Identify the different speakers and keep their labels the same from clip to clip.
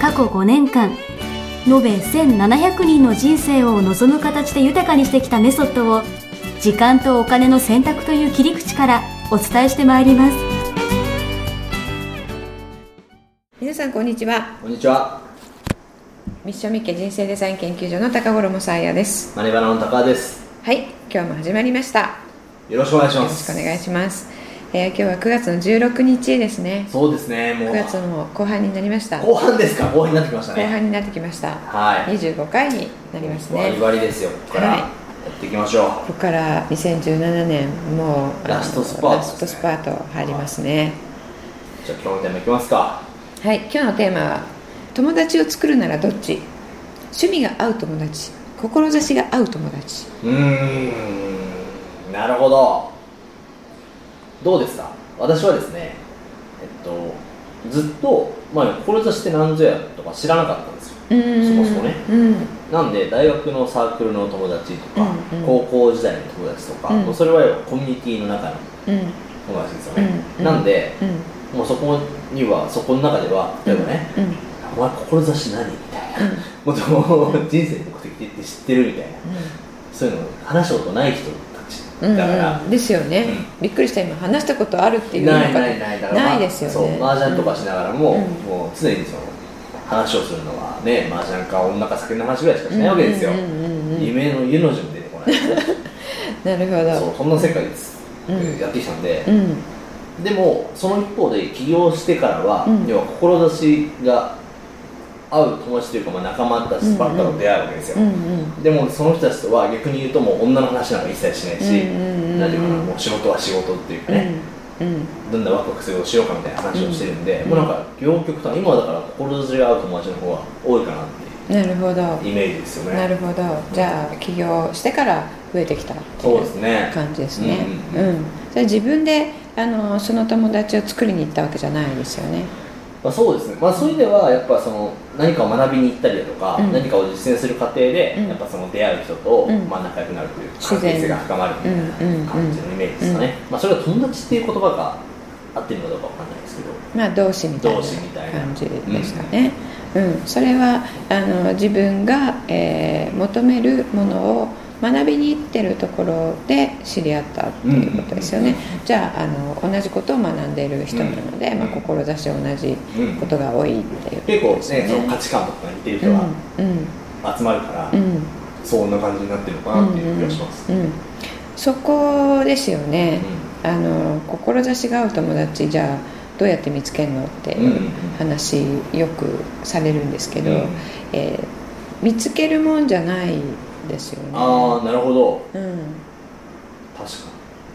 Speaker 1: 過去5年間延べ1700人の人生を望む形で豊かにしてきたメソッドを時間とお金の選択という切り口からお伝えしてまいります
Speaker 2: 皆さんこんにちは
Speaker 3: こんにちは。
Speaker 2: ミッションミッケ人生デザイン研究所の高頃もさあやです
Speaker 3: マネバナの高田です。
Speaker 2: はい今日も始まりましたよ
Speaker 3: よろしくお願いしま
Speaker 2: ろ
Speaker 3: す。
Speaker 2: しくお願いします、えー今日は9月の16日ですね
Speaker 3: そうですね。も
Speaker 2: 9月
Speaker 3: う
Speaker 2: の後半になりました後
Speaker 3: 後半ですか。後半になってきましたね。
Speaker 2: 半になってきました
Speaker 3: はい。
Speaker 2: 25回になりますね
Speaker 3: 割り割りですよ。ここから
Speaker 2: はい
Speaker 3: やっていきましょ
Speaker 2: ここから2017年もう
Speaker 3: ラストスパート
Speaker 2: ラストスパート入りますね
Speaker 3: う。じゃあ今日のテーマいきますか。
Speaker 2: はい今日のテーマは友達を作るならどっち趣味が合う友達志が合う友達
Speaker 3: うーん。なるほど。どうですか。私はですね、えっとずっとまあ志って何ぞやとか知らなかったんですよ。
Speaker 2: うんうん
Speaker 3: そこそこね
Speaker 2: うん
Speaker 3: なんで大学のサークルの友達とか、
Speaker 2: うんうん
Speaker 3: 高校時代の友達とか、
Speaker 2: うん
Speaker 3: それは要はコミュニティの中の
Speaker 2: うん
Speaker 3: 友達ですよね、
Speaker 2: うん
Speaker 3: なんで
Speaker 2: うん
Speaker 3: もうそこにはそこの中では例えばね、
Speaker 2: うんうん
Speaker 3: お前志何みたいな、もっと人生の目的って知ってるみたいなそういうの話したことない人たち
Speaker 2: うん
Speaker 3: だから、
Speaker 2: うんですよね、
Speaker 3: う
Speaker 2: びっくりした今話したことあるっていうの
Speaker 3: ない
Speaker 2: が
Speaker 3: ないないだからまあ
Speaker 2: ないですよね
Speaker 3: そう麻雀とかしながらも、
Speaker 2: うん
Speaker 3: もう常にその話をするのはね麻雀か女か酒の話ぐらいしかしないわけですよ、
Speaker 2: うんうんうんうん
Speaker 3: 夢の湯の字も出てこない
Speaker 2: なるほど
Speaker 3: そうそんな世界です、
Speaker 2: うん
Speaker 3: やってきたんで
Speaker 2: う、ん
Speaker 3: でもその一方で起業してからは、
Speaker 2: うん
Speaker 3: 要は志が合う友達というか、まあ、仲間たちばっかと出会うわけですよ、
Speaker 2: うんうん
Speaker 3: でもその人たちとは逆に言うともう女の話なんか一切しないし、
Speaker 2: うんうんうんうん
Speaker 3: 何ていうのかなもう仕事は仕事っていうかね、
Speaker 2: うんうん
Speaker 3: どんなワクワクすることしようかみたいな話をしてるんで、もうなんか両極端今はだから志が合う友達の方が多いかなって
Speaker 2: なるほど
Speaker 3: いうイメージですよね
Speaker 2: なるほどじゃあ起業してから増えてきたってい
Speaker 3: そう
Speaker 2: う
Speaker 3: ですね
Speaker 2: 感じですね
Speaker 3: う
Speaker 2: うんん
Speaker 3: うん
Speaker 2: それ自分であのその友達を作りに行ったわけじゃないですよね
Speaker 3: まあ、そうですね、まあ、そういう意味ではやっぱその何かを学びに行ったりだとか、
Speaker 2: うん
Speaker 3: 何かを実践する過程で、
Speaker 2: うん
Speaker 3: やっぱその出会う人と、
Speaker 2: うん
Speaker 3: まあ、仲良くなるというか関
Speaker 2: 自然
Speaker 3: 係性が深まるみたいな感じのイメージですかね、まあ、それは友達っていう言葉が合ってるのかどうかわかんないですけど
Speaker 2: まあ同志みたい
Speaker 3: 同志みたい
Speaker 2: な
Speaker 3: な
Speaker 2: 感じですかねうん、それはあの自分が、えー求めるものを学びに行ってるところで知り合ったっていうことですよね、
Speaker 3: うん
Speaker 2: じゃああの同じことを学んでいる人なので、
Speaker 3: うん
Speaker 2: まあ、志同じ
Speaker 3: うん
Speaker 2: ことが多いっていう
Speaker 3: 結構
Speaker 2: こと
Speaker 3: ね
Speaker 2: です
Speaker 3: その価値観とかに似てる人が
Speaker 2: うん
Speaker 3: 集まるから、
Speaker 2: うんうん
Speaker 3: そんな感じになってるのかなっていう気がします、
Speaker 2: うんうんうんそこですよね、
Speaker 3: う
Speaker 2: あの志が合う友達じゃあどうやって見つけるのっていう話よくされるんですけど、
Speaker 3: うん
Speaker 2: えー見つけるもんじゃないですよね。
Speaker 3: ああなるほど
Speaker 2: うん、
Speaker 3: 確か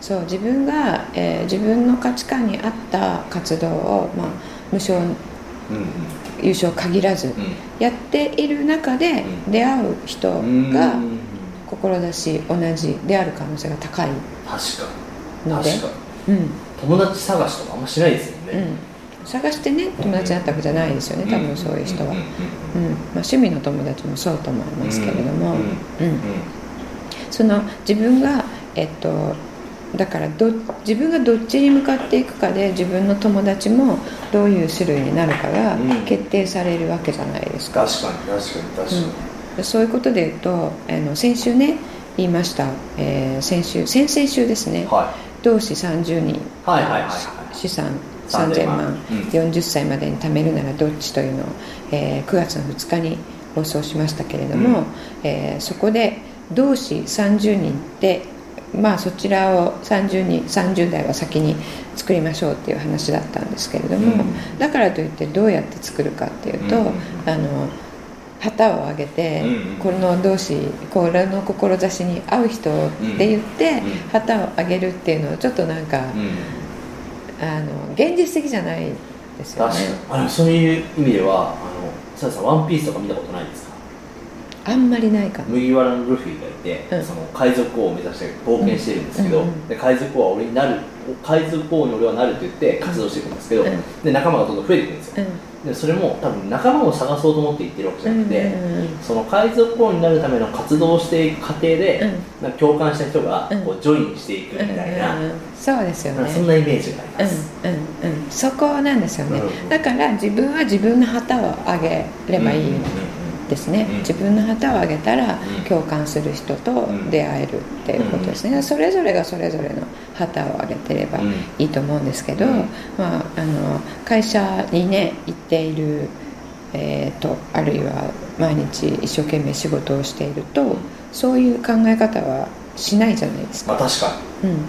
Speaker 2: そう自分が、えー自分の価値観に合った活動を、まあ、無償
Speaker 3: にうんうん
Speaker 2: 優勝限らずやっている中で
Speaker 3: う
Speaker 2: 出会う人が
Speaker 3: うんうん
Speaker 2: 志同じである可能性が高い
Speaker 3: 確かに
Speaker 2: ので
Speaker 3: 確かに
Speaker 2: うん
Speaker 3: 友達探しとかあんましないですもんね、
Speaker 2: うん、探してね友達になったわけじゃないですよね多分そういう人は、
Speaker 3: ん
Speaker 2: うん
Speaker 3: ん
Speaker 2: んまあ、趣味の友達もそうと思いますけれども、
Speaker 3: う
Speaker 2: うんん
Speaker 3: うん
Speaker 2: その自分がえっとだからど自分がどっちに向かっていくかで自分の友達もどういう種類になるかが
Speaker 3: うん
Speaker 2: 決定されるわけじゃないですか、
Speaker 3: 確かに確かに確かに、
Speaker 2: うんそういうことで言うとあの先週ね言いました、えー先週先々週ですね、
Speaker 3: は
Speaker 2: 同志30人、
Speaker 3: はいはいはいはい
Speaker 2: 資産
Speaker 3: 3000
Speaker 2: 3000
Speaker 3: 万
Speaker 2: 万、
Speaker 3: うん
Speaker 2: 40歳までに貯めるならどっちというのを、えー9月の2日に放送しましたけれども、
Speaker 3: うん
Speaker 2: えーそこで同志30人ってまあそちらを30人30代は先に作りましょうっていう話だったんですけれども、
Speaker 3: うん
Speaker 2: だからといってどうやって作るかっていうと、
Speaker 3: うん
Speaker 2: あの旗を上げて、
Speaker 3: うん
Speaker 2: この同志これの志に合う人って言って、
Speaker 3: うんうん
Speaker 2: 旗を上げるっていうのはちょっとなんか、
Speaker 3: い、うん、
Speaker 2: あの現実的じゃないですよ
Speaker 3: 確か
Speaker 2: ね
Speaker 3: にあのそういう意味ではあのシャツさんワンピースとか見たことないですか
Speaker 2: あんまりないかも
Speaker 3: 麦わらのルフィがいて、
Speaker 2: うん
Speaker 3: その海賊王を目指して冒険してるんですけど、
Speaker 2: うんうんうん
Speaker 3: で海賊王は俺になる海賊王に俺はなると言って活動していくんですけど、
Speaker 2: うん
Speaker 3: で仲間がどんどん増えていくんですよ
Speaker 2: うん
Speaker 3: でそれも多分仲間を探そうと思って行ってるわけじゃなくて、
Speaker 2: うん
Speaker 3: その海賊王になるための活動をしていく過程で、なんか共感した人が
Speaker 2: うん
Speaker 3: こうジョインしていくみたいな,、
Speaker 2: うんうんうんそうですよ
Speaker 3: なんかそん
Speaker 2: ね
Speaker 3: なイメージがあります、
Speaker 2: うんうんうんそこなんですよね
Speaker 3: うん
Speaker 2: だから自分は自分の旗を上げればいい
Speaker 3: うんうん
Speaker 2: ですね
Speaker 3: うん
Speaker 2: 自分の旗を上げたら
Speaker 3: うん
Speaker 2: 共感する人と出会えるっていうことですねそれぞれがそれぞれの旗を上げてれば
Speaker 3: うんうん
Speaker 2: いいと思うんですけど、
Speaker 3: うん
Speaker 2: まあ、あの会社にね行っている、えーとあるいは毎日一生懸命仕事をしているとそういう考え方はしないじゃないです
Speaker 3: ま
Speaker 2: か、
Speaker 3: あ確か
Speaker 2: うん、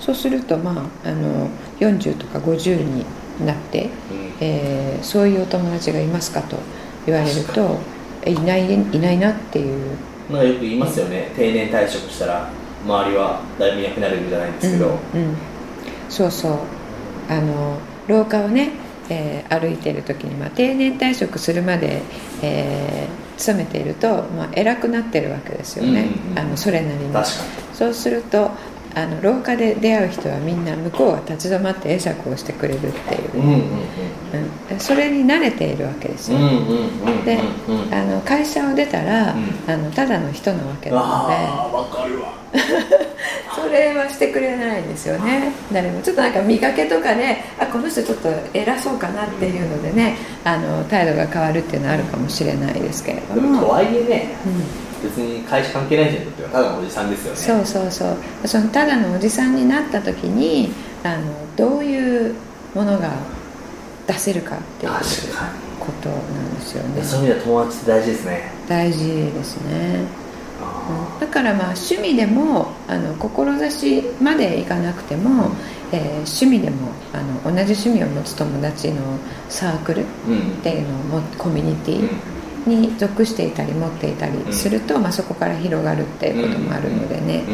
Speaker 2: そうすると、まあ、あの40とか50になって、
Speaker 3: に、うん
Speaker 2: えーそういうお友達がいますかと言われるとえいないいないなっていう
Speaker 3: なんかよく言いますよね、定年退職したら周りはだいぶいなくなるんじゃないんですけど、
Speaker 2: うんうん、そうそうあの廊下をね、えー歩いてる時に、まあ、定年退職するまで、えー勤めていると、まあ、偉くなってるわけですよね、
Speaker 3: うんうんうん
Speaker 2: あのそれなりに
Speaker 3: 確か
Speaker 2: そうするとあの廊下で出会う人はみんな向こうは立ち止まって会釈をしてくれるっていう
Speaker 3: に、うんうんうん
Speaker 2: うん、それに慣れているわけです
Speaker 3: う
Speaker 2: よ、
Speaker 3: んうんうんうん
Speaker 2: で
Speaker 3: うんうん
Speaker 2: あの会社を出たら、
Speaker 3: うん
Speaker 2: あのただの人なわけなので
Speaker 3: ああわかるわ
Speaker 2: それはしてくれないんですよね誰もちょっとなんか見かけとかであこの人ちょっと偉そうかなっていうのでねあの態度が変わるっていうのはあるかもしれないですけれど
Speaker 3: でもと
Speaker 2: も、
Speaker 3: はいえね
Speaker 2: うん、
Speaker 3: 別に会社関係ない人にとってはただのおじさんですよね
Speaker 2: そうそうそうそのただのおじさんになった時にあのどういうものが出せるかっていう
Speaker 3: 確か
Speaker 2: ことなんですよ
Speaker 3: に
Speaker 2: ね
Speaker 3: でそういう意味では友達って大事ですね
Speaker 2: 大事ですね
Speaker 3: あ
Speaker 2: だからまあ趣味でもあの志までいかなくても、えー趣味でもあの同じ趣味を持つ友達のサークルっ
Speaker 3: ーうん
Speaker 2: ていうのをもコミュニテ
Speaker 3: うん
Speaker 2: ィに属していたり持っていたりすると、まあ、そこから広がるっていうこともあるのでね、
Speaker 3: う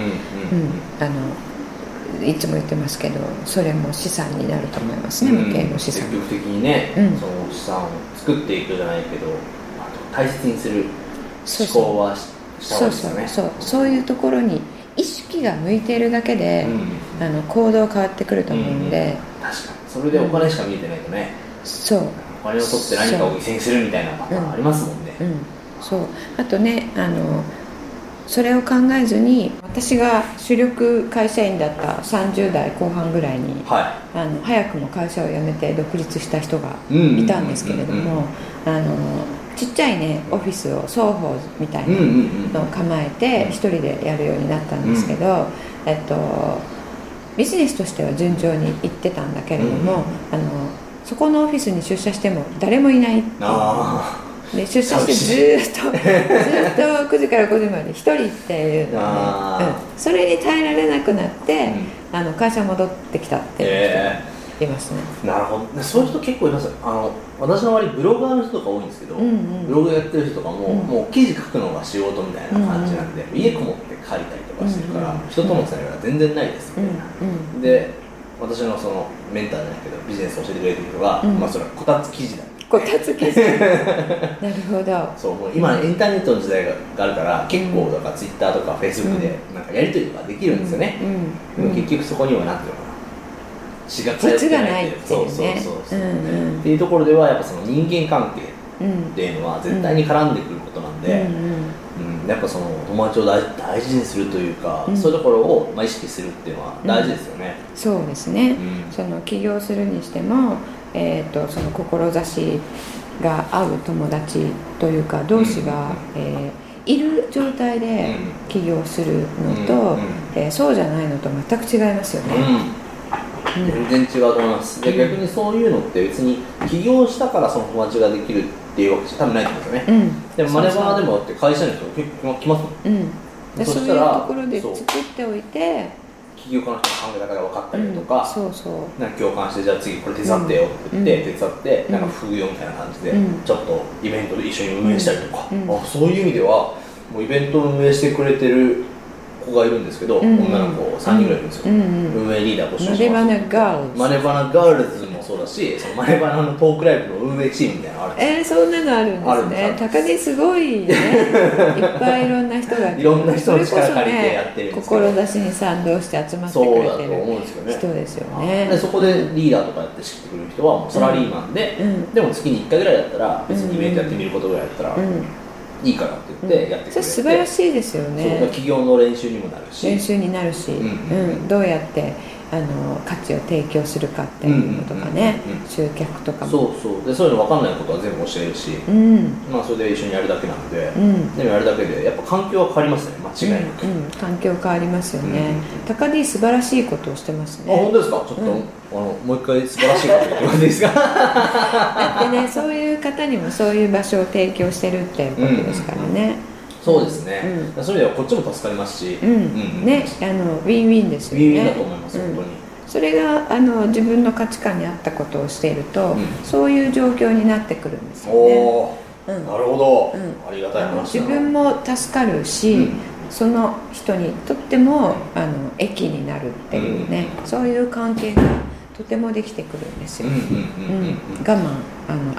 Speaker 2: うん
Speaker 3: うんん
Speaker 2: あのいつも言ってますけどそれも資産になると思いますね、
Speaker 3: うん
Speaker 2: 無形の資産
Speaker 3: 積極的にね、
Speaker 2: うん
Speaker 3: その資産を作っていくじゃないけどあと大切にする
Speaker 2: そう
Speaker 3: 思
Speaker 2: そう
Speaker 3: 考はしした方
Speaker 2: そ
Speaker 3: がいういです
Speaker 2: そう
Speaker 3: よね
Speaker 2: そうそういうところに意識が向いているだけで、
Speaker 3: うん
Speaker 2: あの行動変わってくると思うんで、
Speaker 3: 確かにそれでお金しか見えてないとね、
Speaker 2: そう、
Speaker 3: お金を取って何かを犠牲にするみたいなパターンありますもんね、
Speaker 2: うん、そうあとねあのそれを考えずに私が主力会社員だった30代後半ぐらいに
Speaker 3: は
Speaker 2: あの早くも会社を辞めて独立した人が
Speaker 3: い、うん
Speaker 2: いたんですけれどもあのちっちゃいねオフィスを双方みたい
Speaker 3: うん
Speaker 2: な
Speaker 3: うんうん
Speaker 2: のを構えて
Speaker 3: うん
Speaker 2: 一人でやるようになったんですけど、えっと、ビジネスとしては順調に行ってたんだけれども、あのそこのオフィスに出社しても誰もいないっていう
Speaker 3: あ
Speaker 2: で出社してずーっとずーっと9時から5時まで一人っていうのね
Speaker 3: あ
Speaker 2: うん、それに耐えられなくなって、
Speaker 3: う
Speaker 2: あの会社戻ってきたっていう人
Speaker 3: え
Speaker 2: がいますね、
Speaker 3: えなるほどでそういう人結構いますよあの私の周りブロガーの人とか多いんですけど、
Speaker 2: うん
Speaker 3: ブ
Speaker 2: うん
Speaker 3: ログやってる人とかも、
Speaker 2: うん
Speaker 3: もう記事書くのが仕事みたいな感じなんで、家こもって書いたりとかしてるから、
Speaker 2: うん
Speaker 3: 人とのつながりは全然ないです
Speaker 2: う
Speaker 3: み
Speaker 2: ん
Speaker 3: たいな、
Speaker 2: うん
Speaker 3: で私のそのメンターじゃないけどビジネスを教えてくれてる人が、
Speaker 2: うん
Speaker 3: まあそれはこたつ記事だ
Speaker 2: こたつ記事 なるほど
Speaker 3: そうもう今インターネットの時代があるから結構だからツイッターとかフェイスブックでなんかやり取りとかできるんですよね、
Speaker 2: うんうん
Speaker 3: でも結局そこにはなんていうのかな血が通
Speaker 2: 鉄がないっていうね
Speaker 3: そうそうそうそう、
Speaker 2: うんうん
Speaker 3: っていうところではやっぱその人間関係っ
Speaker 2: うんうん
Speaker 3: ていうのは絶対に絡んでくることなんで、うんやっぱその友達を大大事にするというか、
Speaker 2: うん
Speaker 3: そういうところを、まあ、意識するっていうのは大事ですよね、
Speaker 2: そうですね、
Speaker 3: うん
Speaker 2: その起業するにしても、えー、とその志が合う友達というか同士が、えーいる状態で
Speaker 3: うん
Speaker 2: 起業するのと、
Speaker 3: うんうん
Speaker 2: えーそうじゃないのと全く違いますよね、
Speaker 3: うん全然違うと思いますで逆にそういうのって別に起業したからその友達ができるっていうわけじゃ多分ないと思うんです
Speaker 2: う
Speaker 3: よね、
Speaker 2: ん
Speaker 3: でもマネ
Speaker 2: そうそ
Speaker 3: バ
Speaker 2: う
Speaker 3: ーでもだって会社の人結構来ますもん
Speaker 2: うんで
Speaker 3: そ
Speaker 2: そう
Speaker 3: し
Speaker 2: いう
Speaker 3: た
Speaker 2: と
Speaker 3: ら
Speaker 2: ころで
Speaker 3: そう
Speaker 2: 作っておいて
Speaker 3: 起業家の人の考え方が分かった
Speaker 2: う
Speaker 3: り
Speaker 2: ん
Speaker 3: とか、
Speaker 2: そうそう
Speaker 3: なんか共感してじゃあ次これ手伝ってよって言って、手伝って
Speaker 2: うん
Speaker 3: なんか副業みたいな感じで、
Speaker 2: うん
Speaker 3: ちょっとイベントで一緒に運営したりとか、
Speaker 2: うん
Speaker 3: あそういう意味ではもうイベントを運営してくれてる子がいるんですけど、
Speaker 2: うん
Speaker 3: 女の子3人ぐらいいるんですよ、
Speaker 2: うんうん
Speaker 3: 運営リーダー募集し
Speaker 2: マ
Speaker 3: ます
Speaker 2: ネバネガールズ
Speaker 3: マネバナガールズもそうだしそのマネバナのトークライブの運営チームみたいなのあるんですよ
Speaker 2: えー、そんなのあるんで
Speaker 3: ある
Speaker 2: す
Speaker 3: んですある
Speaker 2: ね
Speaker 3: んです
Speaker 2: 高木すごいねい っぱいいろんな人が
Speaker 3: いろんな人の力借りてやってるんですけ
Speaker 2: そ
Speaker 3: ど
Speaker 2: れこそね志に賛同して集まってく
Speaker 3: そう
Speaker 2: れ
Speaker 3: だと
Speaker 2: て
Speaker 3: 思
Speaker 2: る
Speaker 3: うんですよね
Speaker 2: 人ですよ
Speaker 3: で
Speaker 2: ね
Speaker 3: そこでリーダーとかやって知ってくれる人はもうサラリーマンで、
Speaker 2: うん
Speaker 3: でも月に1回ぐらいだったら別にイベントやってみることぐらいだったら
Speaker 2: うん
Speaker 3: いいからって言ってやってくれて、
Speaker 2: それ素晴ら
Speaker 3: い
Speaker 2: しいですよね
Speaker 3: 企業の練習にもなるし
Speaker 2: 練習になるし、
Speaker 3: う
Speaker 2: うんん
Speaker 3: うんうん
Speaker 2: どうやってあの価値を提供するかっていうのとかね、
Speaker 3: うんうんうんうん
Speaker 2: 集客とかも
Speaker 3: そうそうでそういうの分かんないことは全部教えるし、
Speaker 2: うんうん
Speaker 3: まあ、それで一緒にやるだけなので、
Speaker 2: うん
Speaker 3: でもやるだけでやっぱ環境は変わりますね間違いなく、あ
Speaker 2: うん、環境変わりますよね、
Speaker 3: うんうん
Speaker 2: 高 D 素晴らしいことをしてます
Speaker 3: 本
Speaker 2: ね
Speaker 3: 当ですかちょっと、
Speaker 2: うん
Speaker 3: あのもう一回素晴らしいこと言ってもらっていいで すか
Speaker 2: だってねそういう方にも そういう場所を提供してるっていうことですからね、
Speaker 3: そうですね、
Speaker 2: う
Speaker 3: そういう意味ではこっちも助かりますし、
Speaker 2: うん
Speaker 3: うん
Speaker 2: ねあのウィンウィンです
Speaker 3: ウ
Speaker 2: よ
Speaker 3: ィンウィン
Speaker 2: ね
Speaker 3: だと思います、
Speaker 2: うん
Speaker 3: 本当に
Speaker 2: それがあの自分の価値観に合ったことをしていると、
Speaker 3: うん
Speaker 2: そういう状況になってくるんですよね、
Speaker 3: おお、
Speaker 2: うん
Speaker 3: なるほ
Speaker 2: う
Speaker 3: ど、
Speaker 2: ん
Speaker 3: ありがたい
Speaker 2: あの
Speaker 3: 話
Speaker 2: 自
Speaker 3: だな
Speaker 2: 分も助かるし、
Speaker 3: うん
Speaker 2: その人にとってもあの益になるっていうね、そういう関係がとてもできてくるんですよ、
Speaker 3: うんうんうんうんうん
Speaker 2: 我慢あの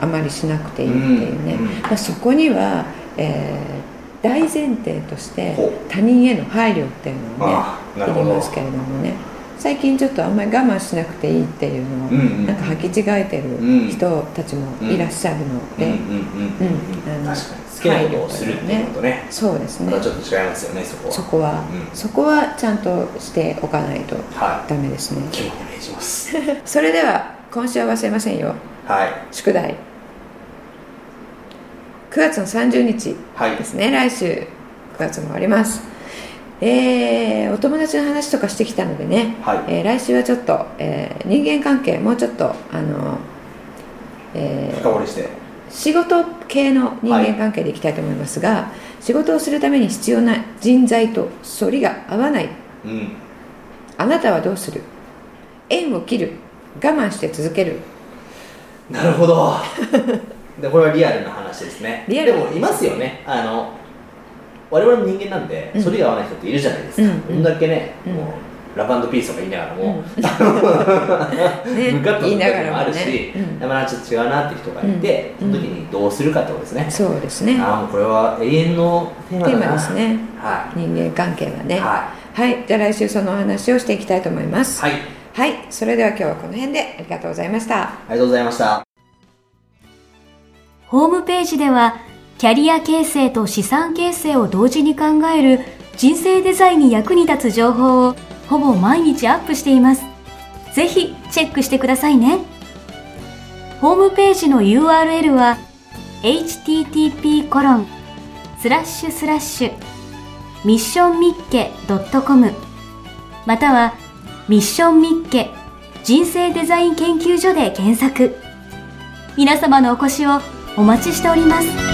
Speaker 2: あまりしなくていいっていうね、
Speaker 3: うんうん
Speaker 2: まあ、そこには、えー大前提として
Speaker 3: ほう
Speaker 2: 他人への配慮っていうのをね
Speaker 3: ああな
Speaker 2: あ
Speaker 3: るほ
Speaker 2: り
Speaker 3: ど
Speaker 2: ますけれどもね最近ちょっとあんまり我慢しなくていいっていうのを、
Speaker 3: うんうん
Speaker 2: なんか履き違えて
Speaker 3: うん
Speaker 2: る人たちもいらっしゃるの
Speaker 3: うん
Speaker 2: で、
Speaker 3: うんうんうんう
Speaker 2: うんん
Speaker 3: 確かに好きなことをするっていうことね
Speaker 2: そうです
Speaker 3: ま
Speaker 2: ね
Speaker 3: たちょっと違いますよねそこは
Speaker 2: そこは、
Speaker 3: うん
Speaker 2: そこはちゃんとしておかないと
Speaker 3: は
Speaker 2: ダメですね
Speaker 3: い気もお願いします
Speaker 2: それでは今週は忘れませんよ
Speaker 3: はい
Speaker 2: 宿題9月の30日
Speaker 3: はい
Speaker 2: ですね、来週9月も終わりますえーお友達の話とかしてきたのでね、
Speaker 3: はい
Speaker 2: えー来週はちょっと、えー人間関係もうちょっとあの、えー
Speaker 3: 深掘りして
Speaker 2: 仕事系の人間関係でいきたいと思いますが、仕事をするために必要な人材と反りが合わない
Speaker 3: うん
Speaker 2: あなたはどうする縁を切る我慢して続ける
Speaker 3: なるほど でこれはリアルな話ですね
Speaker 2: リアル
Speaker 3: でもいますよねあの我々も人間なんで、
Speaker 2: うん
Speaker 3: それが合わない人っているじゃないですか、
Speaker 2: うん
Speaker 3: こんだけね、
Speaker 2: うん
Speaker 3: もうラブピースとか言いながらも、
Speaker 2: ね
Speaker 3: ムカッとす
Speaker 2: 言い
Speaker 3: る
Speaker 2: な
Speaker 3: 時
Speaker 2: が
Speaker 3: もあ
Speaker 2: らも
Speaker 3: るし、
Speaker 2: ね、うん
Speaker 3: まあちょっと違うなって人がいて、
Speaker 2: うん
Speaker 3: その時にどうするかってことですね、
Speaker 2: そうですね
Speaker 3: ああもうこれは永遠のテー
Speaker 2: テ
Speaker 3: マだ
Speaker 2: ー
Speaker 3: な
Speaker 2: マですね
Speaker 3: は、
Speaker 2: 人間関係はいね
Speaker 3: は
Speaker 2: はい、じゃあ来週そのお話をしていきたいと思いま
Speaker 3: い
Speaker 2: す
Speaker 3: はい、
Speaker 2: はい、それでは今日はこの辺でありがとうございました
Speaker 3: ありがとうございました
Speaker 1: ホームページでは、キャリア形成と資産形成を同時に考える人生デザインに役に立つ情報をほぼ毎日アップしています。ぜひチェックしてくださいね。ホームページの URL は http:// ミッションミッケ .com またはミッションミッケ人生デザイン研究所で検索。皆様のお越しをお待ちしております。